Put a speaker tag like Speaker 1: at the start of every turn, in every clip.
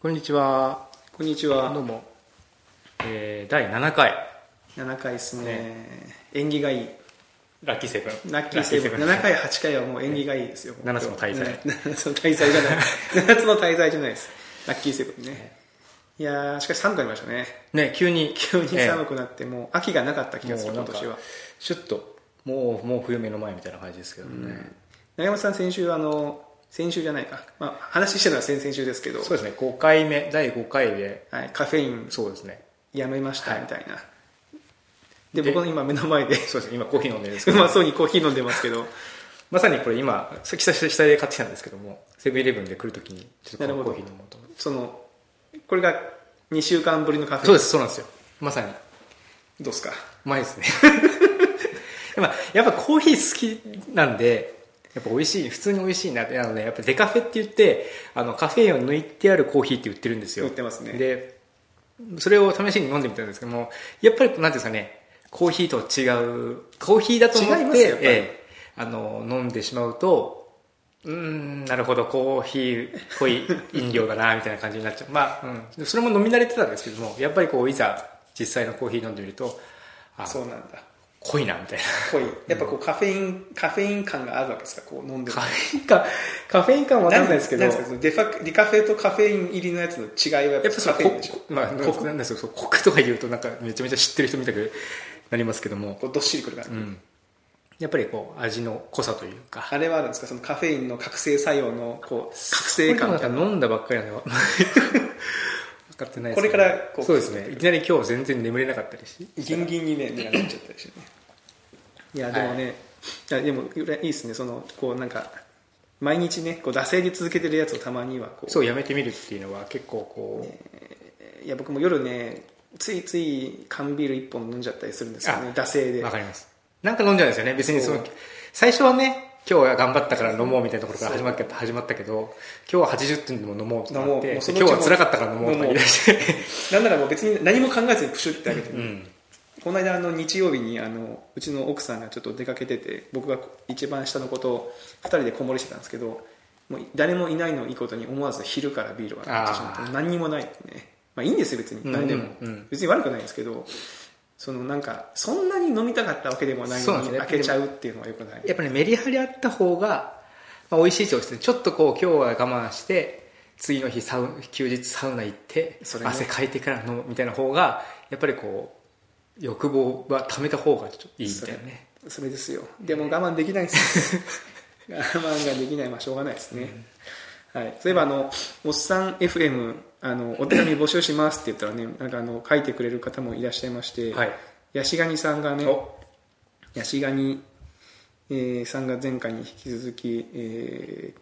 Speaker 1: こんにちは。
Speaker 2: こんにち
Speaker 1: どう
Speaker 2: は。
Speaker 1: も。
Speaker 2: えー、第7回、 7回ですね。縁起がいい。ラッキーセブン。ラッキーセブン。7 7回、8回はもう縁起がいいですよ。七つの大罪7つの滞在じゃない。7つの 滞在じゃないです。ラッキーセブンね。いやー、しかし寒くなりましたね。
Speaker 1: ね、急に、
Speaker 2: 急に寒
Speaker 1: く、
Speaker 2: くなって、もう秋がなかった気がす
Speaker 1: もう
Speaker 2: る、
Speaker 1: な
Speaker 2: 今
Speaker 1: んか
Speaker 2: 年は。
Speaker 1: ちょっと、もう、もう冬目の前みたいな感じですけどね。
Speaker 2: 長山さん、先週、あの、先週じゃないか。まあ、話してるのは先々週ですけど、
Speaker 1: そうですね、5回目、第5回で、
Speaker 2: はい、カフェイン
Speaker 1: そうですね。
Speaker 2: やめました、みたいな。で、
Speaker 1: で
Speaker 2: 僕の今目の前で、
Speaker 1: そうですね、今コーヒー飲んでるんですけ
Speaker 2: う
Speaker 1: ど、
Speaker 2: まそうにコーヒー飲んでますけど、
Speaker 1: まさにこれ今、久々下で買ってきたんですけども、セブンイレブンで来るときに、ちょっと
Speaker 2: なる
Speaker 1: この
Speaker 2: ほ
Speaker 1: コ
Speaker 2: ど
Speaker 1: ーヒー飲もうと思って。
Speaker 2: その、これが2週間ぶりのカフェイン
Speaker 1: そうです、そうなんですよ。まさに。
Speaker 2: どうですか
Speaker 1: うまいですね。 まあ、やっぱコーヒー好きなんで、やっぱ美味しい、普通に美味しいなって、あのね、やっぱデカフェって言って、あの、カフェインを抜いてあるコーヒーって売ってるんですよ。
Speaker 2: 売ってますね
Speaker 1: で、それを試しに飲んでみたんですけども、やっぱり、なんていうんですかね、コーヒーと違う、コーヒーだと思
Speaker 2: 違い
Speaker 1: っ
Speaker 2: ま
Speaker 1: て、
Speaker 2: すよやっぱり
Speaker 1: ええあの、飲んでしまうと、うーんなるほどコーヒーっぽい飲料だなみたいな感じになっちゃうまあ、うん、それも飲み慣れてたんですけどもやっぱりこういざ実際のコーヒー飲んでみるとあ
Speaker 2: そうなんだ
Speaker 1: 濃いなみたいな
Speaker 2: 濃いやっぱこうカフェインカフェイン感があるわけですかこう飲んでる
Speaker 1: カフェイン感カフェイン感はわかんないですけど
Speaker 2: 何かそのデファデカフェとカフェイン入りのやつの違いはやっぱ
Speaker 1: やっぱそ
Speaker 2: カ
Speaker 1: の
Speaker 2: フ
Speaker 1: コ
Speaker 2: ェインでしょ
Speaker 1: まあコクなんですよそうコクとか言うとなんかめちゃめちゃ知ってる人みたくなりますけども、
Speaker 2: こうどっしりくる感じ、
Speaker 1: うん、やっぱりこう味の濃さというか
Speaker 2: あれはあるんですかそのカフェインの覚醒作用のこう覚醒感み
Speaker 1: こ
Speaker 2: た
Speaker 1: れ
Speaker 2: い
Speaker 1: で
Speaker 2: な
Speaker 1: もなんか飲んだばっか りなのは分かってないですけど
Speaker 2: これからこう
Speaker 1: そうですねいきなり今日全然眠れなかったりし
Speaker 2: ギンギンにね目がなっちゃったりしてねいやでもね、い、やでもいいですねそのこうなんか毎日ねこう惰性で続けてるやつをたまにはこう
Speaker 1: そうやめてみるっていうのは結構こう、
Speaker 2: いや僕も夜ねついつい缶ビール一本飲んじゃったりするんですよね
Speaker 1: あ
Speaker 2: 惰性で
Speaker 1: わかりますなんか飲んじゃうんですよね別にそ
Speaker 2: そ
Speaker 1: の
Speaker 2: う
Speaker 1: 最初はね今日は頑張ったから飲もうみたいなところから始まった始まったけど今日は80点でも飲もうってな
Speaker 2: 飲も
Speaker 1: っ
Speaker 2: う
Speaker 1: て
Speaker 2: もうそのうち
Speaker 1: 今日は辛かったから飲もうとか言い出して
Speaker 2: なんならもう別に何も考えずにプシュってあげて、
Speaker 1: うん
Speaker 2: この間あの日曜日にあのうちの奥さんがちょっと出かけてて僕が一番下の子と2人でこもりしてたんですけどもう誰もいないのをいいことに思わず昼からビールを買ってしまっ
Speaker 1: あ
Speaker 2: て
Speaker 1: ー
Speaker 2: 何にもないねまあいいんですよ別に何でも、
Speaker 1: うんうんうん
Speaker 2: 別に悪くないんですけどそのなんかそんなに飲みたかったわけでもない
Speaker 1: そう
Speaker 2: の
Speaker 1: なんです
Speaker 2: に
Speaker 1: ね
Speaker 2: 開けちゃうっていうのはよくない
Speaker 1: やっぱりメリハリあった方が、まあ、美味しいそうですねちょっとこう今日は我慢して次の日サウン休日サウナ行って
Speaker 2: それね
Speaker 1: 汗かいてから飲むみたいな方がやっぱりこう欲望は溜めた方がちょっといいみたいなね
Speaker 2: それですよでも我慢できないです 我慢ができないまあしょうがないですね、はい、そういえばあのおっさん FM あのお手紙募集しますって言ったらねなんかあの書いてくれる方もいらっしゃいまして、
Speaker 1: はい
Speaker 2: ヤシガニさんがね
Speaker 1: お
Speaker 2: ヤシガニ、えーさんが前回に引き続き、えー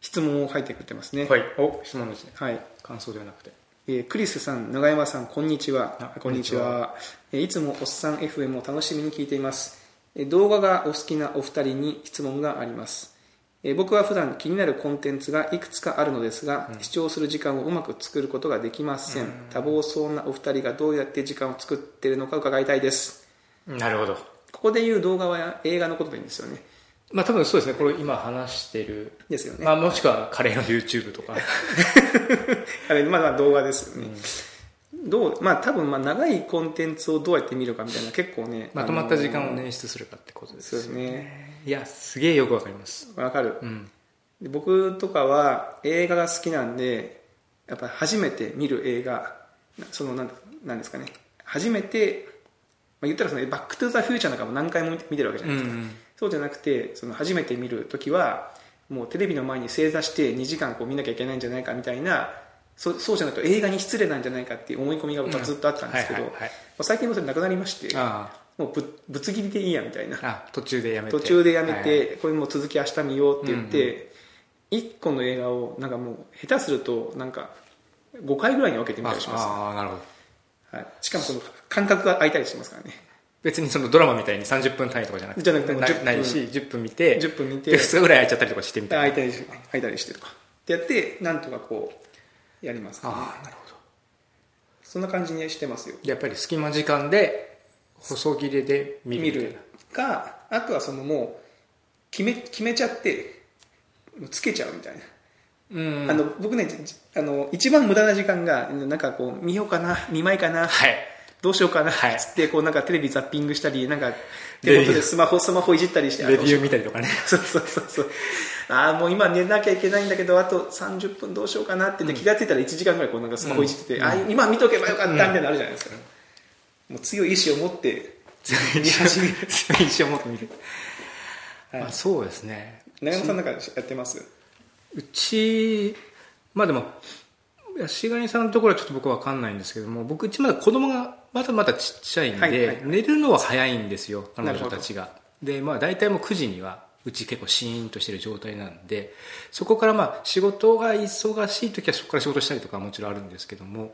Speaker 2: 質問を書いてくれてますね
Speaker 1: はいお質問ですね
Speaker 2: はい
Speaker 1: 感想ではなくて
Speaker 2: えークリスさん、永山さん、こんにちは
Speaker 1: あ。
Speaker 2: こんにちは。えーいつもおっさん FM を楽しみに聞いています。えー動画がお好きなお二人に質問があります。えー僕は普段気になるコンテンツがいくつかあるのですが、視聴する時間をうまく作ることができません。多忙そうなお二人がどうやって時間を作っているのか伺いたいです。
Speaker 1: なるほど
Speaker 2: ここで言う動画は映画のことでいいんですよね。
Speaker 1: まあ多分そうですねこれ今話してる
Speaker 2: ですよね。
Speaker 1: まあ、もしくはカレーの YouTube とか
Speaker 2: あれまだ動画ですよね。どうまあ多分まあ長いコンテンツをどうやって見るかみたいな結構ね
Speaker 1: まとまった時
Speaker 2: あ
Speaker 1: 間
Speaker 2: のー
Speaker 1: を捻出するかってことで
Speaker 2: そうですすね
Speaker 1: いやすげえよくわかります
Speaker 2: わかる、
Speaker 1: うん
Speaker 2: で僕とかは映画が好きなんでやっぱ初めて見る映画なそのなんなんですかね初めて、まあ、言ったらそのバック・トゥ・ザ・フューチャーなんかも何回も見てるわけじゃ
Speaker 1: う
Speaker 2: な
Speaker 1: ん
Speaker 2: い
Speaker 1: う
Speaker 2: ですか、
Speaker 1: ん
Speaker 2: そうじゃなくてその初めて見る時はもうテレビの前に正座して2時間こう見なきゃいけないんじゃないかみたいなそそうじゃないと映画に失礼なんじゃないかっていう思い込みが僕はずっとあったんですけど、
Speaker 1: うんはいはいはい
Speaker 2: もう最近もそれなくなりまして
Speaker 1: あ
Speaker 2: もうぶぶつ切りでいいやみたいな
Speaker 1: ああ途中でやめて
Speaker 2: 途中でやめ
Speaker 1: はい
Speaker 2: て、これもう続き明日見ようって言って、一1個の映画をなんかもう下手するとなんか5回ぐらいに分けて見たりします、
Speaker 1: ああなるほど
Speaker 2: はい、しかもその間隔が空いたりしてますからね
Speaker 1: 別にそのドラマみたいに30分単位とかじゃなくて
Speaker 2: じゃなくてもう10分
Speaker 1: ないし10分見て
Speaker 2: 10分見て
Speaker 1: で2日ぐらい空いちゃったりとかしてみた
Speaker 2: 空
Speaker 1: い
Speaker 2: い
Speaker 1: な
Speaker 2: たりし空いたりしてとかってやってなんとかこうやります、ね、
Speaker 1: ああなるほど
Speaker 2: そんな感じにしてますよ
Speaker 1: やっぱり隙間時間で細切れで見
Speaker 2: 見
Speaker 1: る
Speaker 2: る
Speaker 1: みたいな
Speaker 2: かあとはそのもう決め決めちゃってもうつけちゃうみたいな
Speaker 1: うん
Speaker 2: あの僕ねじあの一番無駄な時間がなんかこう見ようかな見まいかな、
Speaker 1: はい
Speaker 2: どうしようかな、
Speaker 1: はい
Speaker 2: つってこうなんかテレビザッピングしたりなんか手元でスマホスマホいじったりしてあ
Speaker 1: レビ
Speaker 2: どうし
Speaker 1: ュー見たりとかね
Speaker 2: そうそうそうそうああもう今寝なきゃいけないんだけどあと30分どうしようかなって、ね気がついたら1時間ぐらいこうなんかスマホいじってて、あー今見とけばよかったみたいなのあるじゃないですか、もう強い意志を持って 見始める
Speaker 1: 一生持って見る、
Speaker 2: はい
Speaker 1: まあ、そうですね
Speaker 2: 長山さんなんかやってます
Speaker 1: うちまあでもしがりさんのところはちょっと僕わかんないんですけども僕うちまだ子供がまだまだちっちゃいんで、
Speaker 2: はいはい
Speaker 1: 寝るのは早いんですよ彼
Speaker 2: なるほ
Speaker 1: 女
Speaker 2: ど
Speaker 1: たちがでまあ大体もう9時にはうち結構シーンとしてる状態なんでそこからまあ仕事が忙しい時はそこから仕事したりとかはもちろんあるんですけども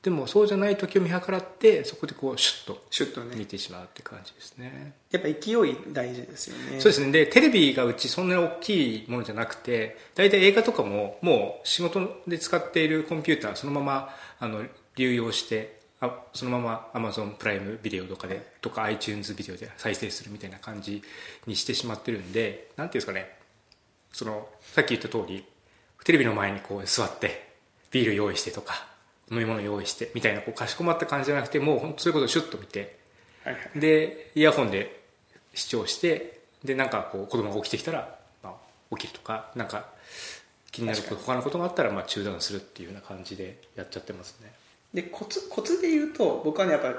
Speaker 1: でもそうじゃない時を見計らってそこでこうシュッと
Speaker 2: シュッとね
Speaker 1: 見てしまうって感じですね
Speaker 2: やっぱ勢い大事ですよね
Speaker 1: そうですね。で、テレビがうちそんなに大きいものじゃなくて、大体映画とかももう仕事で使っているコンピューターそのままあの流用して、あそのまま Amazon プライムビデオとかで、とか iTunes ビデオで再生するみたいな感じにしてしまってるんで、なんていうんですかね、その、さっき言った通り、テレビの前にこう座って、ビール用意してとか、飲み物用意してみたいなこうかしこまった感じじゃなくて、もうほんとそういうことをシュッと見て、
Speaker 2: はいはい
Speaker 1: でイヤホンで視聴してでなんかこう子供が起きてきたら、まあ、起きるとかなんか気になること他のことがあったらまあ中断するっていうような感じでやっちゃってますね
Speaker 2: でコツコツで言うと僕はねやっぱ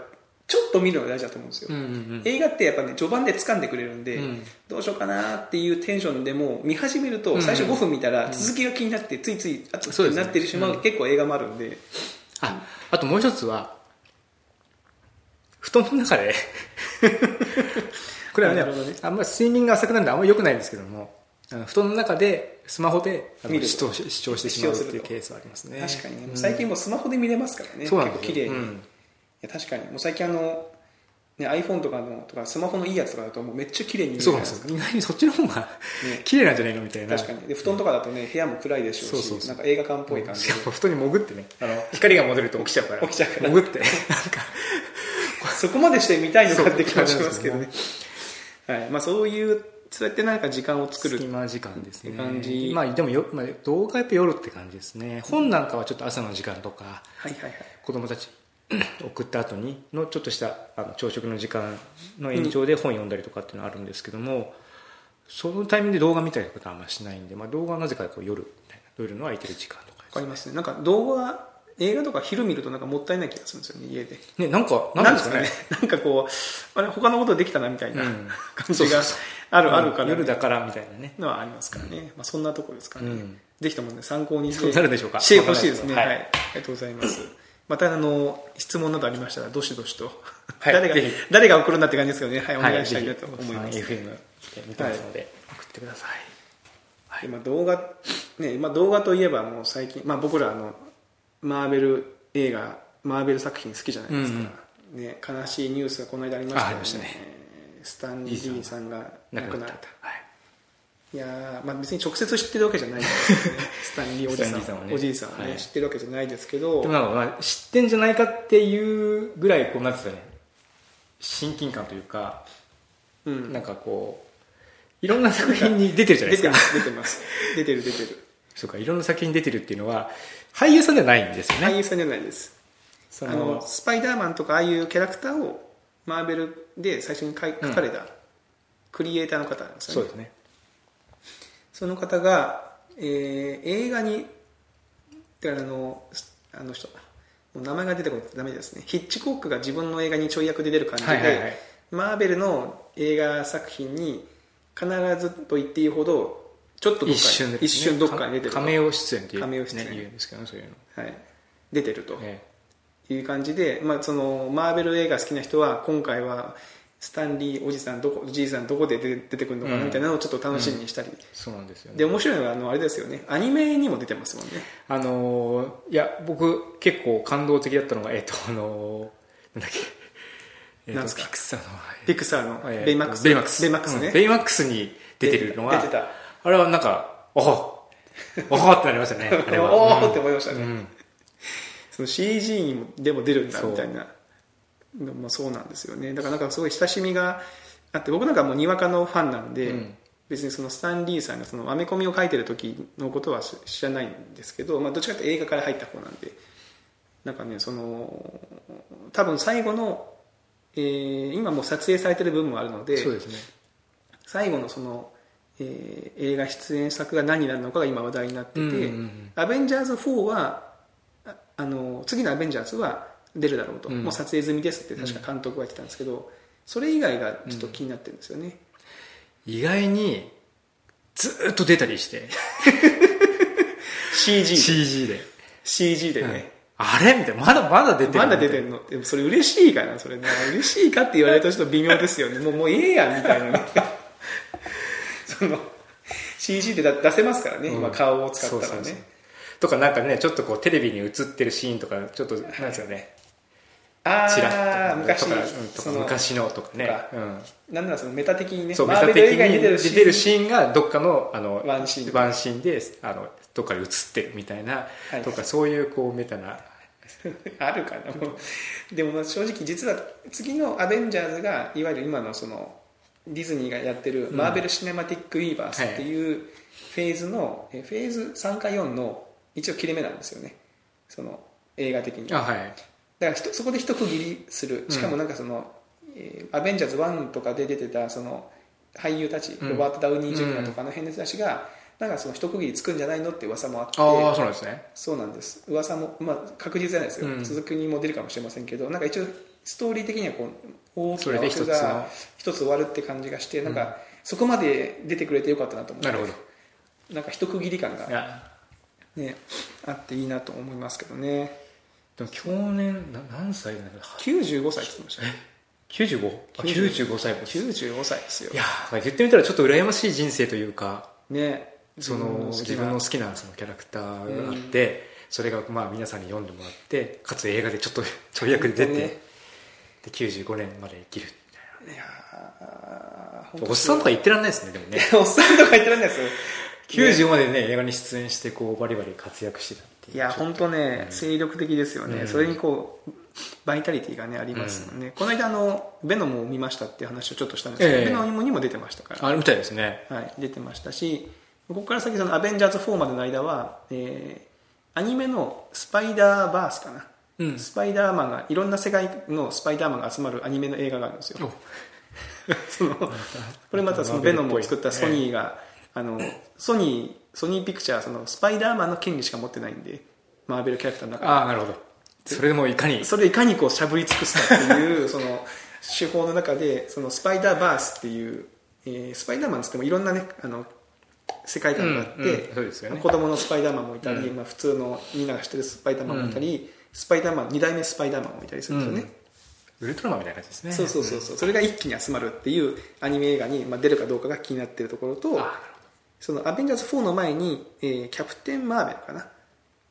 Speaker 2: ちょっと見るのが大事だと思うんですよ、
Speaker 1: んうん
Speaker 2: 映画ってやっぱね序盤で掴んでくれるんで、
Speaker 1: うん
Speaker 2: どうしようかなっていうテンションでもう見始めると
Speaker 1: ん
Speaker 2: 最初5分見たら続きが気になってついついあと
Speaker 1: そう
Speaker 2: 気
Speaker 1: ですね
Speaker 2: になってしまう、結構映画もあるんで
Speaker 1: ああともう一つは布団の中 でこれはね
Speaker 2: なるほどね
Speaker 1: あんまり睡眠が浅くなるんであんまり良くないんですけどもあの布団の中でスマホであの
Speaker 2: 見る
Speaker 1: 視聴し視聴してしまうって
Speaker 2: 視聴す
Speaker 1: い
Speaker 2: る
Speaker 1: う
Speaker 2: と
Speaker 1: ケースはありますね
Speaker 2: 確かにね、
Speaker 1: うん
Speaker 2: 最近もうスマホで見れますからね
Speaker 1: そうなん
Speaker 2: 結
Speaker 1: です
Speaker 2: 構綺
Speaker 1: よ
Speaker 2: 麗に、
Speaker 1: う
Speaker 2: い
Speaker 1: ん
Speaker 2: や確かにもう最近あの、ね、iPhone とかのとかスマホのいいやつとかだともうめっちゃ綺麗に見えるじ
Speaker 1: そう
Speaker 2: ゃな
Speaker 1: ないん
Speaker 2: で
Speaker 1: です
Speaker 2: か
Speaker 1: すよ意外にそっちの方が
Speaker 2: ね
Speaker 1: 綺麗なんじゃないのみたいな
Speaker 2: 確かにで布団とかだとね部屋も暗いでしょうし
Speaker 1: そうそうそう
Speaker 2: なんか映画館っぽい感じ
Speaker 1: し
Speaker 2: で、
Speaker 1: かも布団に潜ってねあの光が戻ると起きちゃうから
Speaker 2: 起きちゃうから
Speaker 1: 潜ってなんか
Speaker 2: そこまでして見たいのかって気もしますけどね
Speaker 1: そ。
Speaker 2: はい。まあそういう、そうやってなんか時間を作
Speaker 1: 隙
Speaker 2: る。
Speaker 1: 間時間ですね
Speaker 2: って感じ
Speaker 1: まあでもよ、まあ、動画やっぱ夜って感じですね本なんかはちょっと朝の時間とか
Speaker 2: はいはいはい。
Speaker 1: 子供たち 送った後にのちょっとしたあの朝食の時間の延長で本読んだりとかっていうのはあるんですけどもそのタイミングで動画見たりとかってあんましないんで、まあ、動画はなぜかこう夜みたいな夜の空いてる時間とか
Speaker 2: わ
Speaker 1: です
Speaker 2: かりますね。なんか動画、映画とか昼見るとなんかもったいない気がするんですよね、家で。
Speaker 1: ねなんか
Speaker 2: なんですかね。 なんかこう、あれ、他のことできたなみたいな
Speaker 1: うん
Speaker 2: 感
Speaker 1: そ
Speaker 2: じ
Speaker 1: うそ
Speaker 2: が
Speaker 1: うそう
Speaker 2: ある、あるから、
Speaker 1: 夜だからみたいなね
Speaker 2: のはありますからね。まあそんなとこですから
Speaker 1: う
Speaker 2: ね
Speaker 1: ん。
Speaker 2: ぜひともね、参考にして
Speaker 1: そうなるでしょうか
Speaker 2: してほしいですね。は
Speaker 1: わ
Speaker 2: い。
Speaker 1: かん
Speaker 2: はい
Speaker 1: ない
Speaker 2: ありがとうございます。またあの、質問などありましたら、どしどしと。
Speaker 1: はい
Speaker 2: 誰が
Speaker 1: ぜひ、
Speaker 2: 誰が送るんだって感じですけどね。はい、お願いしたいなと思います。
Speaker 1: ぜひ FM で見てますので、送ってください。
Speaker 2: 今動画、ね、今動画といえばもう最近、まあ、僕らあのマーベル映画マーベル作品好きじゃないですか、ね、悲しいニュースがこの間ありましたよ
Speaker 1: あありましたね
Speaker 2: えースタン・リーさんが
Speaker 1: 亡
Speaker 2: 亡く
Speaker 1: く
Speaker 2: な
Speaker 1: な
Speaker 2: っ
Speaker 1: ったた。
Speaker 2: いやーまあ、別に直接知ってるわけじゃないです けどねスタンリーおじさん
Speaker 1: スタンリーさんはね
Speaker 2: おじいさんはね、
Speaker 1: はい
Speaker 2: 知ってるわけじゃないですけど
Speaker 1: でもなんか、まあ、知ってんじゃないかっていうぐらい、こう、なんていうんですかね、親近感というか、
Speaker 2: うん
Speaker 1: なんかこう、いろんな作品に出てるじゃない
Speaker 2: 出
Speaker 1: です
Speaker 2: てま
Speaker 1: か。
Speaker 2: す出て ます出てる出てる
Speaker 1: そうか、いろんな作品に出てるっていうのは、俳優さんじゃないんですよね。
Speaker 2: 俳優さんじゃないです
Speaker 1: そ
Speaker 2: あのスパイダーマンとかああいうキャラクターをマーベルで最初に書い書かれたクリエイターの方なんですよね
Speaker 1: そうですね。
Speaker 2: その方が、えー映画に、だからあの、すあの人、もう名前が出てこないとダメですね。ヒッチコックが自分の映画にちょい役で出る感じで、
Speaker 1: はいはいはい
Speaker 2: マーベルの映画作品に必ずと言っていいほど、ちょっとどっかに
Speaker 1: 一瞬で、
Speaker 2: 一瞬どっかに出てる。
Speaker 1: カメオ出演っていう、
Speaker 2: カメオ出演
Speaker 1: ね言うんですけどね、そういうの。
Speaker 2: はい。出てると。
Speaker 1: え
Speaker 2: いう感じで、まあ、そのマーベル映画好きな人は今回はスタンリーおじさんどこおじいさんどこで出て出てくるのかな
Speaker 1: うん
Speaker 2: みたいなのをちょっと楽しみにしたり、
Speaker 1: えそうなんですよね。
Speaker 2: で面白いのはあのあれですよねアニメにも出てますもんね
Speaker 1: あのーいや僕結構感動的だったのがえっ、とあのーなんだっけえっ、
Speaker 2: なんす
Speaker 1: と
Speaker 2: か
Speaker 1: ピクサーの
Speaker 2: ピクサーの
Speaker 1: えー
Speaker 2: ベイマックス、
Speaker 1: ベイマックス
Speaker 2: ベイマックスね、
Speaker 1: うんベイマックスに出てるのが
Speaker 2: 出てた
Speaker 1: あれはなんかおほおほってなりましたねあれは
Speaker 2: おーって
Speaker 1: うん
Speaker 2: 思いましたね、
Speaker 1: うん
Speaker 2: その CG にもでも出るんだ
Speaker 1: そう
Speaker 2: みたいなのもそうなんですよねだからなんかすごい親しみがあって僕なんかもうにわかのファンなんで、
Speaker 1: うん
Speaker 2: 別にそのスタンリーさんがそのアメコミを書いてる時のことは知知らないんですけど、まあ、どっちかというと映画から入った方なんでなんかねその多分最後の、えー今もう撮影されてる部分もあるので
Speaker 1: そうですね
Speaker 2: 最後のその、えー映画出演作が何になるのかが今話題になってて「
Speaker 1: うんうんうん
Speaker 2: アベンジャーズ4は」ああの次の「アベンジャーズ」は出るだろうと、
Speaker 1: うん
Speaker 2: もう撮影済みですって確か監督は言ってたんですけど、それ以外がちょっと気になってるんですよね、
Speaker 1: 意外にずーっと出たりして
Speaker 2: CG で
Speaker 1: CG で、
Speaker 2: CG で
Speaker 1: うん
Speaker 2: ね、
Speaker 1: あれみたいなまだまだ出てる
Speaker 2: まだ出てんのでもそれ嬉しいかなそれね嬉しいかって言われるとちょっと微妙ですよねもうもうええやんみたいなね その CG で出出せますからね、
Speaker 1: うん
Speaker 2: 今顔を使ったらね
Speaker 1: そうそうそうとかなんかねちょっとこうテレビに映ってるシーンとかちょっとなんですよね
Speaker 2: あ
Speaker 1: ちらっ
Speaker 2: あ
Speaker 1: と
Speaker 2: 昔
Speaker 1: とか,、うん、と
Speaker 2: そ
Speaker 1: か
Speaker 2: の
Speaker 1: 昔のとかね
Speaker 2: とか
Speaker 1: うん
Speaker 2: なんならそのメタ的にね
Speaker 1: そうメ
Speaker 2: マ
Speaker 1: タ
Speaker 2: ーベ
Speaker 1: 的
Speaker 2: ル以
Speaker 1: に
Speaker 2: 外に出てるシーン
Speaker 1: 出てるシーンがどっかのあの
Speaker 2: ワンシーン
Speaker 1: ワンシーンであのどっかで映ってるみたいな、
Speaker 2: はい
Speaker 1: とかそういうこうメタな
Speaker 2: あるかなもうでもまあ正直実は次の「アベンジャーズ」がいわゆる今のそのディズニーがやってるマーベル・シネマティック・ユニバースっていうフェーズの、えフェーズ3か4の一応切れ目なんですよねその映画的に
Speaker 1: あ
Speaker 2: だか
Speaker 1: はい
Speaker 2: らひとそこで一区切りするしかもなんかその「えーアベンジャーズ1」とかで出てたその俳優たち、
Speaker 1: うん
Speaker 2: ロバート・ダウニー・ジュニアとかの変な人たちが、なんかその一区切りつくんじゃないのって噂もあって
Speaker 1: ああそうなんですね
Speaker 2: そうなんです噂も、まあ、確実じゃないですよ、
Speaker 1: うん
Speaker 2: 続きにも出るかもしれませんけどなんか一応ストーリー的にはこう大き
Speaker 1: そ
Speaker 2: な
Speaker 1: れで一つ
Speaker 2: 枠
Speaker 1: の
Speaker 2: が一つ終わるって感じがして、なんかそこまで出てくれてよかったなと思って
Speaker 1: なるほど
Speaker 2: なんか一区切り感
Speaker 1: い
Speaker 2: が、
Speaker 1: や
Speaker 2: ね、あっていいなと思いますけどね
Speaker 1: でも去年な何歳なんだ
Speaker 2: 95歳って言ってましたね
Speaker 1: 95? あ95歳もい
Speaker 2: 95歳ですよ
Speaker 1: やー言ってみたらちょっと羨ましい人生というか
Speaker 2: ね
Speaker 1: その自分の好きなそのキャラクターがあって、それがまあ皆さんに読んでもらってかつ映画でちょっと ちょい役で出て、
Speaker 2: 本当
Speaker 1: で95年まで生きる
Speaker 2: いやー本当に
Speaker 1: おっさんとか言ってらんないですねでもね
Speaker 2: おっさんとか言ってるんですよ
Speaker 1: 95までね映画に出演してこうバリバリ活躍してたっていう
Speaker 2: いや本当ね、精力的ですよね、
Speaker 1: うん
Speaker 2: それにこうバイタリティがねありますよね、この間あの「ベノム」を見ましたっていう話をちょっとしたんですけど、
Speaker 1: ええ
Speaker 2: ベノムにも出てましたから、
Speaker 1: あれみたいですね
Speaker 2: はい、出てましたしここから先その「アベンジャーズ4」までの間は、えーアニメの「スパイダーバース」かな、
Speaker 1: うん
Speaker 2: スパイダーマンがいろんな世界のスパイダーマンが集まるアニメの映画があるんですよ そのこれまたその「ベノム」を作ったソ ニーが、あのソニーソニーピクチャーそのスパイダーマンの権利しか持ってないんでマーベルキャラクターの中で
Speaker 1: ああなるほどそれでもいかに
Speaker 2: それをいかにこうしゃぶり尽くすかっていうその手法の中でそのスパイダーバースっていう、えースパイダーマンっつってもいろんなねあの世界観があって、
Speaker 1: うんうんそうですよね
Speaker 2: 子供のスパイダーマンもいたり、まあ、普通のみんなが知ってるスパイダーマンもいたり、スパイダーマン2代目スパイダーマンもいたりするんですよね、
Speaker 1: ウルトラマンみたいな感じですね
Speaker 2: そうそうそうそうそれが一気に集まるっていうアニメ映画に、まあ、出るかどうかが気になってるところと
Speaker 1: あ
Speaker 2: その「アベンジャーズ4」の前に、えーキャプテン・マーベル」かな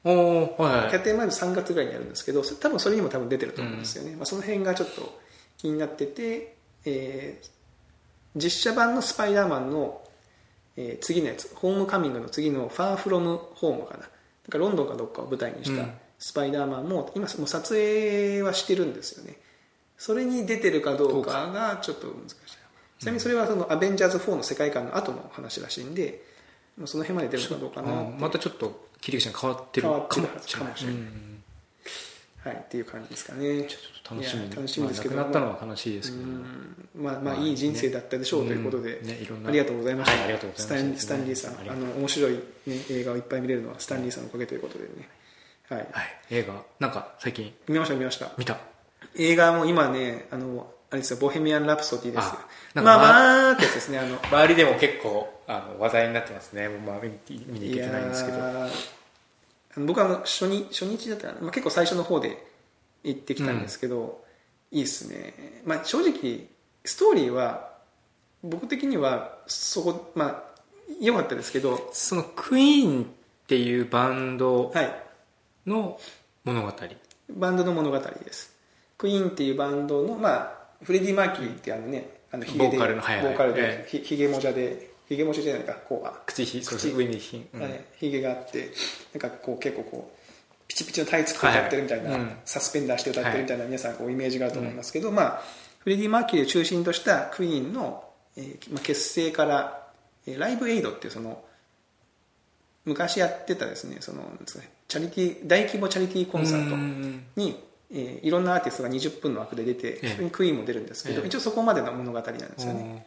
Speaker 1: おおーはい
Speaker 2: キャプテンマイル3月ぐらいにやるんですけどそ多分それにも多分出てると思うんですよね、まあ、その辺がちょっと気になってて、えー実写版の「スパイダーマンの」えー次のやつ「ホームカミング」の次の「ファーフロムホーム」かななんかロンドンかどっかを舞台にし
Speaker 1: う
Speaker 2: た
Speaker 1: ん
Speaker 2: スパイダーマンも今もう撮影はしてるんですよねそれに出てるかどうかがちょっと難しいちなみにそれはその「アベンジャーズ4」の世界観の後の話らしいんでまあその辺まで出るかどうかなって
Speaker 1: うんまたちょっと切り口が変わってる
Speaker 2: 変
Speaker 1: か
Speaker 2: わ
Speaker 1: も
Speaker 2: ってる
Speaker 1: しれない
Speaker 2: かもしれ
Speaker 1: う
Speaker 2: ない
Speaker 1: ん
Speaker 2: はい、っていう感じですかね。
Speaker 1: ちょっと楽しみ
Speaker 2: い
Speaker 1: に
Speaker 2: や楽しみですけど
Speaker 1: まあ亡くなったのは悲しいです
Speaker 2: う
Speaker 1: けど
Speaker 2: んまあ、まあ、いい人生だったでしょうということで、
Speaker 1: うんねいろんな
Speaker 2: ありがとうございました。
Speaker 1: はいありがとうございました
Speaker 2: スタンスタンリーさん、
Speaker 1: あり
Speaker 2: あ
Speaker 1: がとう
Speaker 2: の、面白い、ね、映画をいっぱい見れるのはスタンリーさんのおかげということでね。はい。
Speaker 1: はい映画なんか最近
Speaker 2: 見ました、見ました。
Speaker 1: 見た
Speaker 2: 映画も今ね、あの、あれですよ、ボヘミアン・ラプソディですよ
Speaker 1: あ。
Speaker 2: ま
Speaker 1: な
Speaker 2: あ
Speaker 1: んか
Speaker 2: まあってやつですね、あの、
Speaker 1: 周りでも結構あの話題になってますね、まあ、見見に行けてないんですけど
Speaker 2: いやーあの僕はあの初日初日だったかな、まあ、結構最初の方で行ってきたんですけど、いいですね、まあ、正直ストーリーは僕的にはそこまあ良かったですけど
Speaker 1: そのクイーンっていうバンド
Speaker 2: はい
Speaker 1: の物語、
Speaker 2: バンドの物語ですクイーンっていうバンドの、まあ、フレディ・マーキュリーってあのねあのヒゲで
Speaker 1: ボーカルのはいはい
Speaker 2: ボーカルで
Speaker 1: え
Speaker 2: ひひげもじゃでひげもじゃじゃないかこうは
Speaker 1: 口ひ
Speaker 2: 口
Speaker 1: そう上にひ、うん
Speaker 2: はいひげがあってなんかこう結構こうピチピチのタイツ着て歌ってるみたい
Speaker 1: は
Speaker 2: な、
Speaker 1: いはいうん
Speaker 2: サスペンダーして歌ってるみたいな、皆さんこうイメージがあると思いますけど、まあ、フレディ・マーキュリーを中心としたクイーンの、えーまあ、結成から、ええーライブエイドっていうその昔やってたですねそのなんですかねチャリティー大規模チャリティーコンサート
Speaker 1: うん
Speaker 2: に、えーいろんなアーティストが20分の枠で出て、
Speaker 1: ええ
Speaker 2: それにクイーンも出るんですけど、
Speaker 1: ええ
Speaker 2: 一応そこまでの物語なんですよね、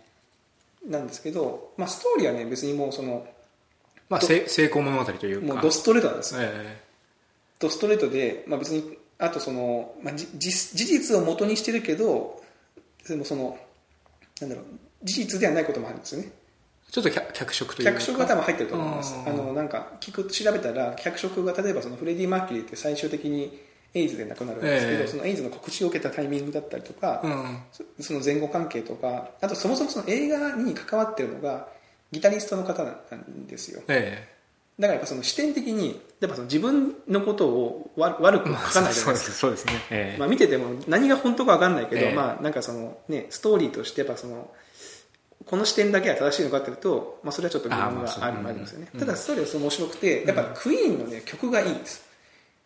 Speaker 2: なんですけど、まあ、ストーリーはね別にもうその
Speaker 1: まあ、せ成功物語というか
Speaker 2: もうドストレートなんですよ、
Speaker 1: え
Speaker 2: ドストレートで、まあ、別にあとその、まあ、じ事事実を元にしてるけどでもそのなんだろう事実ではないこともあるんですよね
Speaker 1: えちょっと脚脚色というか
Speaker 2: 脚色が多分入ってると思います
Speaker 1: うん
Speaker 2: あのなんか聞く調べたら脚色が例えばそのフレディ・マーキュリーって最終的にエイズで亡くなるんですけど、
Speaker 1: ええ
Speaker 2: そのエイズの告知を受けたタイミングだったりとか、
Speaker 1: うん
Speaker 2: そその前後関係とかあとそもそもその映画に関わってるのがギタリストの方なんですよ
Speaker 1: え
Speaker 2: だからやっぱその視点的にやっぱその自分のことをわ悪く書
Speaker 1: え
Speaker 2: かないじゃないですか
Speaker 1: そうですねええ
Speaker 2: まあ、見てても何が本当か分かんないけど、
Speaker 1: ええ
Speaker 2: まあ、なんかその、ね、ストーリーとしてやっぱそのこの視点だけが正しいのかっていうと、まあ、それはちょっと疑
Speaker 1: あー
Speaker 2: 問
Speaker 1: まあ
Speaker 2: が
Speaker 1: そう
Speaker 2: あるありますよね、
Speaker 1: うん
Speaker 2: ただストーリーはその面白くてやっぱクイーンの、ね、曲がいいんです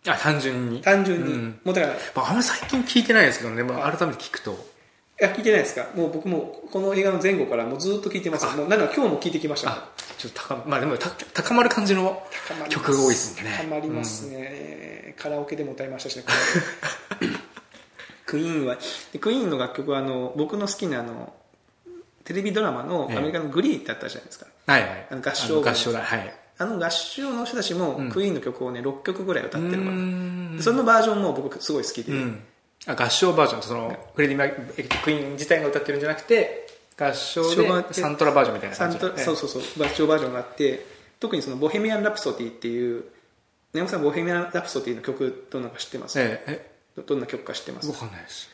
Speaker 1: あ単純に
Speaker 2: 単純に、
Speaker 1: うん
Speaker 2: もうだからい
Speaker 1: まあ、あんまり最近聞いてないですけどね、まあ、改めて聞くと
Speaker 2: や聞いてないですかもう僕もこの映画の前後からもうずっと聞いてますもうなんなら今日も聞いてきましたもん
Speaker 1: あちょっと高,、まあ、でもた高まる感じの
Speaker 2: 高まります
Speaker 1: 曲が多いですもんね
Speaker 2: 高まりますね、カラオケでも歌いましたしねこれクイーンはでクイーンの楽曲はあの僕の好きなあのテレビドラマの
Speaker 1: ええ
Speaker 2: アメリカの「グリー」ってあったじゃないですか、
Speaker 1: はいはい
Speaker 2: あの合唱
Speaker 1: あの合唱だはい
Speaker 2: あの合唱の人たちも
Speaker 1: うん
Speaker 2: クイーンの曲をね6曲ぐらい歌ってる
Speaker 1: う
Speaker 2: かな
Speaker 1: ーん
Speaker 2: でそのバージョンも僕すごい好きで、
Speaker 1: うん、あ合唱バージョンそのフレディ・マークイーン自体が歌ってるんじゃなくて合唱で
Speaker 2: 合唱があって
Speaker 1: サントラバージョンみたいな
Speaker 2: サ
Speaker 1: 感
Speaker 2: ン
Speaker 1: じ
Speaker 2: トラそう
Speaker 1: そ
Speaker 2: そうそう合唱バージョンがあって特にその「ボヘミアン・ラプソディ」っていう根本さん「ボヘミアン・ラプソディ」の曲どんなのか知ってます、
Speaker 1: ええ
Speaker 2: どどんな曲か知ってます
Speaker 1: えわかんないです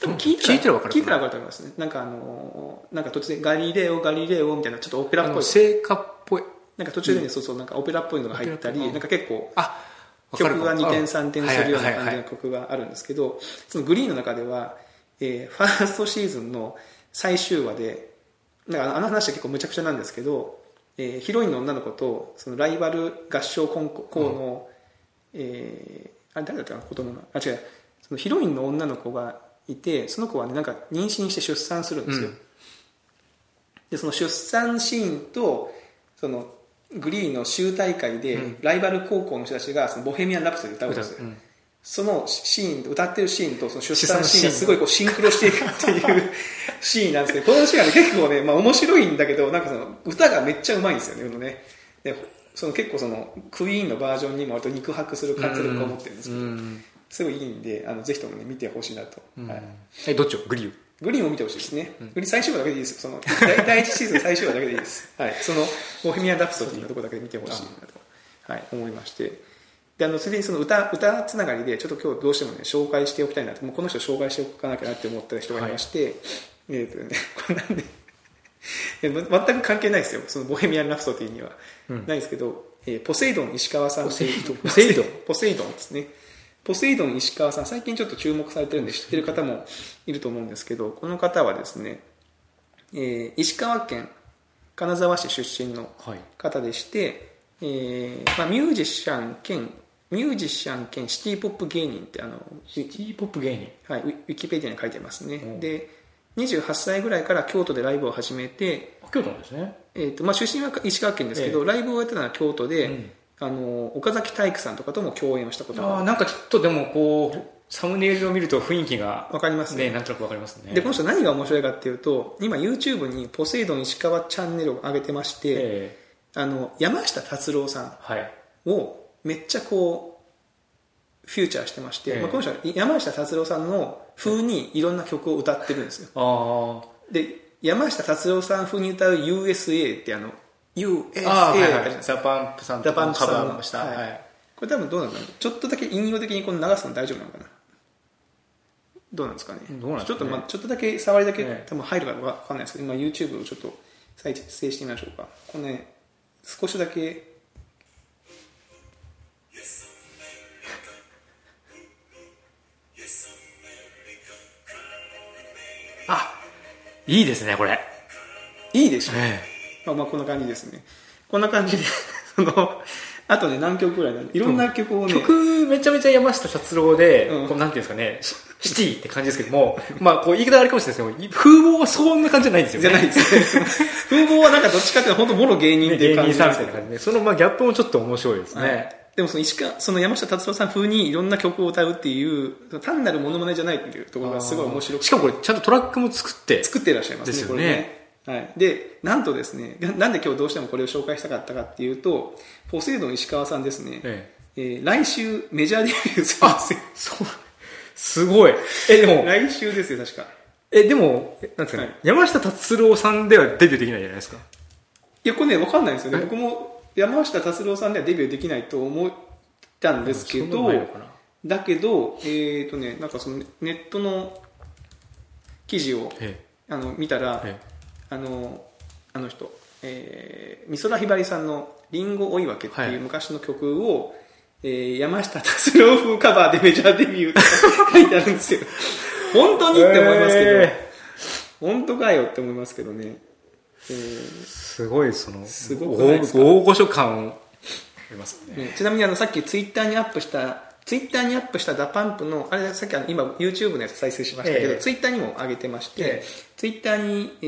Speaker 2: 多分聞いた
Speaker 1: 聞いてるわかる
Speaker 2: 聞いたら分かると思いますねなんかあのーなんか突然「ガリレオガリレオ」みたいなちょっとオペ
Speaker 1: あ
Speaker 2: ラっぽ
Speaker 1: の
Speaker 2: い
Speaker 1: 聖歌っぽい
Speaker 2: なんか途中でね、そうそうなんかオペラっぽいのが入ったり
Speaker 1: オペラっぽい
Speaker 2: なんか結構
Speaker 1: あわかる
Speaker 2: 曲が2点3点するような感じの
Speaker 1: はいはいはいはい
Speaker 2: 曲があるんですけどそのグリーンの中では、えーファーストシーズンの最終話でなんかあのあの話は結構むちゃくちゃなんですけど、えーヒロインの女の子とそのライバル合唱コンコ校の、えーあれ誰だったかな子供のあ違うそのヒロインの女の子がいてその子はねなんか妊娠して出産するんですよ、
Speaker 1: うん
Speaker 2: でその出産シーンとそのグリーンの州大会で、
Speaker 1: うん
Speaker 2: ライバル高校の人たちがそのボヘミアン・ラプソディを歌うん
Speaker 1: 歌
Speaker 2: で
Speaker 1: う
Speaker 2: すよ、
Speaker 1: うん
Speaker 2: そのシーン歌ってるシーンとその出
Speaker 1: 出
Speaker 2: 産
Speaker 1: 産
Speaker 2: シーンがす
Speaker 1: シーン
Speaker 2: ごいこうシンクロしていくっていうシーンなんですけどこ のシーンは、ね、結構ね、まあ、面白いんだけどなんかその歌がめっちゃうまいんですよねこのねでその結構そのクイーンのバージョンにも割と肉薄する活力を持ってるんですけど、
Speaker 1: うん
Speaker 2: すごいいいんであのぜひともね見てほしいなと、
Speaker 1: うん
Speaker 2: はい
Speaker 1: えどっちをグリュー
Speaker 2: グリーンを見てほしいですね、グリーン最終話だけでいいですその第第一シーズン最終話だけでいい です、はい、そのボヘミアン・ラプソディのところだけで見てほしいなと、はい、思いましてであのついでにその歌歌つながりでちょっと今日どうしてもね紹介しておきたいなともうこの人紹介しておかなきゃなって思った人がいまして、えーとね、これなんでいやま全く関係ないですよそのボヘミアン・ラプソディには、
Speaker 1: うん
Speaker 2: ないですけど、えーポセイドン石川さんっていう
Speaker 1: ポセイドン
Speaker 2: ポセイドンですねポセイドン石川さん最近ちょっと注目されてるんで知ってる方もいると思うんですけどこの方はですね、えー石川県金沢市出身の
Speaker 1: はい
Speaker 2: 方でして、えーまあ、ミュージシャン兼ミュージシャン兼シティポップ芸人ってあの
Speaker 1: シティポップ芸人
Speaker 2: はい、ウィウィキペディアに書いてますね、
Speaker 1: うん
Speaker 2: で28歳ぐらいから京都でライブを始めて、
Speaker 1: 京都なんですね
Speaker 2: えーとまあ、出身は石川県ですけど、ライブをやってたのは京都で、
Speaker 1: うん
Speaker 2: あの岡崎体育さんとかとも共演をしたこと
Speaker 1: あ
Speaker 2: が
Speaker 1: あ
Speaker 2: あ
Speaker 1: なんかちょっとでもこうサムネイルを見ると雰囲気が
Speaker 2: るわかりますね
Speaker 1: ねなんとなくわかりますね
Speaker 2: でこの人何が面白いかっていうと今 YouTube に「ポセイドン石川チャンネル」を上げてまして、
Speaker 1: え
Speaker 2: あの山下達郎さ
Speaker 1: えはい
Speaker 2: んをめっちゃこうフューチャーしてまして、
Speaker 1: ええ
Speaker 2: まあ、この人は山下達郎さんの風にいろんな曲を歌ってるんですよ
Speaker 1: ああ
Speaker 2: で山下達郎さん風に歌う USA ってあの USA
Speaker 1: ああ、はい
Speaker 2: だ
Speaker 1: は
Speaker 2: ったじゃないで
Speaker 1: い、
Speaker 2: すか
Speaker 1: ザ・パンプさん
Speaker 2: ダ
Speaker 1: とか
Speaker 2: パン
Speaker 1: も
Speaker 2: プ
Speaker 1: カ
Speaker 2: さんの
Speaker 1: バーもした、
Speaker 2: はい
Speaker 1: はい
Speaker 2: これ多分どうなんだろうちょっとだけ引用的にこの流すの大丈夫なのかなどうなんですかね
Speaker 1: どうなんですかね
Speaker 2: ちょっとまあちょっとだけ触りだけ
Speaker 1: ええ
Speaker 2: 多分入るかわかんないですけど今 YouTube をちょっと再生してみましょうかこのね少しだけ
Speaker 1: あいいですねこれ
Speaker 2: いいでしょ
Speaker 1: え
Speaker 2: まあ、まあこんな感じですねこんな感じで そのあとね、何曲ぐらいなのいろんな曲をね、
Speaker 1: 曲めちゃめちゃ山下達郎で、
Speaker 2: うん
Speaker 1: こうなんていうんですかねシシティって感じですけどもまあこう言い方あれかもしれないですけど風貌はそんな感じじゃないんですよ
Speaker 2: じゃ
Speaker 1: ね
Speaker 2: ない ですね。風貌はなんかどっちかっていうと、本当もろ芸人っていう
Speaker 1: 芸
Speaker 2: 感
Speaker 1: 人
Speaker 2: じ
Speaker 1: さ
Speaker 2: なん
Speaker 1: ん
Speaker 2: で
Speaker 1: みたい
Speaker 2: すけど
Speaker 1: な感じでそのまあギャップもちょっと面白いですね、
Speaker 2: はいでもその石川その山下達郎さん風にいろんな曲を歌うっていう単なるモノマネじゃないっていうところがすごい面白くて
Speaker 1: しかもこれちゃんとトラックも作って
Speaker 2: 作っていらっしゃいますね
Speaker 1: ですよ
Speaker 2: こ
Speaker 1: ね
Speaker 2: れはい、でなんとですねななんで今日どうしてもこれを紹介したかったかっていうとポセイドン石川さんですね、
Speaker 1: ええ
Speaker 2: えー来週メジャーデビューするんですよ
Speaker 1: そうすごいえでも
Speaker 2: 来週ですよ確か
Speaker 1: えでもえなんですかね、
Speaker 2: はい
Speaker 1: 山下達郎さんではデビューできないじゃないですか
Speaker 2: いやこれね分かんないんですよね
Speaker 1: え
Speaker 2: 僕も山下達郎さんではデビューできないと思ったんですけ
Speaker 1: そんな
Speaker 2: ど
Speaker 1: のないのかな
Speaker 2: だけどえっ、とねなんかそのネットの記事を
Speaker 1: え
Speaker 2: あの見たら、
Speaker 1: ええ
Speaker 2: あのあの人、えー美空ひばりさんの「りんご追い分け」って
Speaker 1: はいいう
Speaker 2: 昔の曲を、えー山下達郎風カバーでメジャーデビューって書いてあるん ですよ本当にって思いますけど、
Speaker 1: え
Speaker 2: 本当かよって思いますけどね、えー
Speaker 1: すごいその
Speaker 2: すごくないですか
Speaker 1: 大大御所感ありますね
Speaker 2: ねちなみにあのさっきツイッターにアップしたツイッターにアップしたダパンプのあれさっきあの今 YouTube のやつ再生しましたけど、
Speaker 1: ええ
Speaker 2: ツイッターにも上げてまして、
Speaker 1: ええ
Speaker 2: ツイッターに、え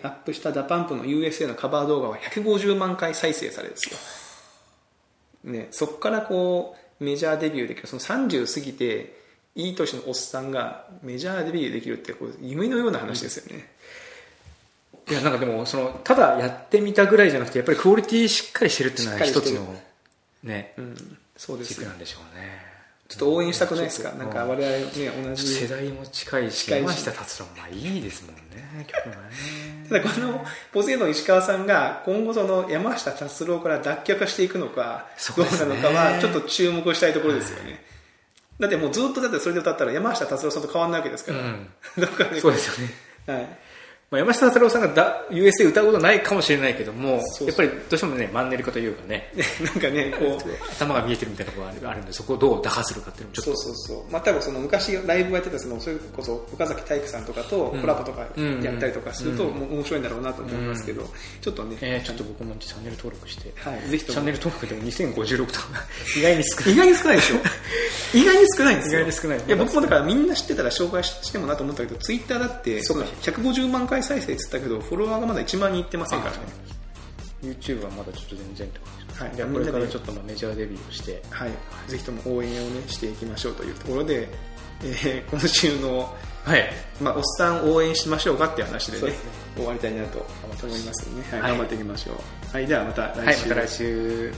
Speaker 2: ーアップしたダパンプの USA のカバー動画は150万回再生されるんですよ、ね、そこからこうメジャーデビューできるその30過ぎていい年のおっさんがメジャーデビューできるってこう夢のような話ですよね、
Speaker 1: いやなんかでもそのただやってみたぐらいじゃなくてやっぱりクオリティしっかりしてるっていうのは
Speaker 2: しっか
Speaker 1: 一
Speaker 2: り
Speaker 1: つ
Speaker 2: してる
Speaker 1: のね
Speaker 2: うんそうです
Speaker 1: 軸
Speaker 2: よ
Speaker 1: なんでしょうね
Speaker 2: ちょっと応援したくないですか、
Speaker 1: うん
Speaker 2: なんか我々ね同じ
Speaker 1: 世代も近いし
Speaker 2: 近いし
Speaker 1: 山下達郎もまあいいですもんね曲もね
Speaker 2: ただこのポセイドン石川さんが今後その山下達郎から脱却していくのか
Speaker 1: そ
Speaker 2: ど
Speaker 1: う
Speaker 2: う
Speaker 1: です
Speaker 2: な
Speaker 1: ね
Speaker 2: のかはちょっと注目したいところですよね、だってもうずっとだってそれで歌ったら山下達郎さんと変わらないわけですから、
Speaker 1: う
Speaker 2: だからね
Speaker 1: そうですよね
Speaker 2: はい、
Speaker 1: まあ、山下達郎さんがだ USA 歌うことないかもしれないけども
Speaker 2: そうそう
Speaker 1: やっぱりどうしてもねマンネリ化というかね
Speaker 2: なんかねこう
Speaker 1: 頭が見えてるみたいなところがあるんでそこをどう打破するかっていうのもちょっ
Speaker 2: そ
Speaker 1: と
Speaker 2: うそうそうまあ多分その昔ライブをやってたそのそれこそ岡崎体育さんとかとコラボとか
Speaker 1: うん
Speaker 2: やったりとかすると
Speaker 1: うん
Speaker 2: もう面白いんだろうなと思いますけど、ちょっとね、
Speaker 1: えーちょっと僕もチャンネル登録して、
Speaker 2: はい、ぜひ
Speaker 1: チ
Speaker 2: と
Speaker 1: ャン
Speaker 2: も
Speaker 1: ネル登録でも2056とか 意外に少ない
Speaker 2: 意外に少ない でしょ意外に少ないんですよ
Speaker 1: 意外に少ない
Speaker 2: や僕もだからみんな知ってたら紹介してもなと思ったけどツイッターだってその150万回再生って言ったけどフォロワーがまだ1万人いってませんからね
Speaker 1: YouTube はまだちょっと全然とか
Speaker 2: はい
Speaker 1: じゃあこれからちょっとまあメジャーデビューをして
Speaker 2: はい、ぜひとも応援をねしていきましょうというところで、えー 今週の、
Speaker 1: はい
Speaker 2: まあ、おっさん応援しましょうかっていう話でね
Speaker 1: そうですね
Speaker 2: 終わりたいなと思いますよね、はい
Speaker 1: はい
Speaker 2: 頑張っていきましょう、はい、ではまた来週、
Speaker 1: はいまた来週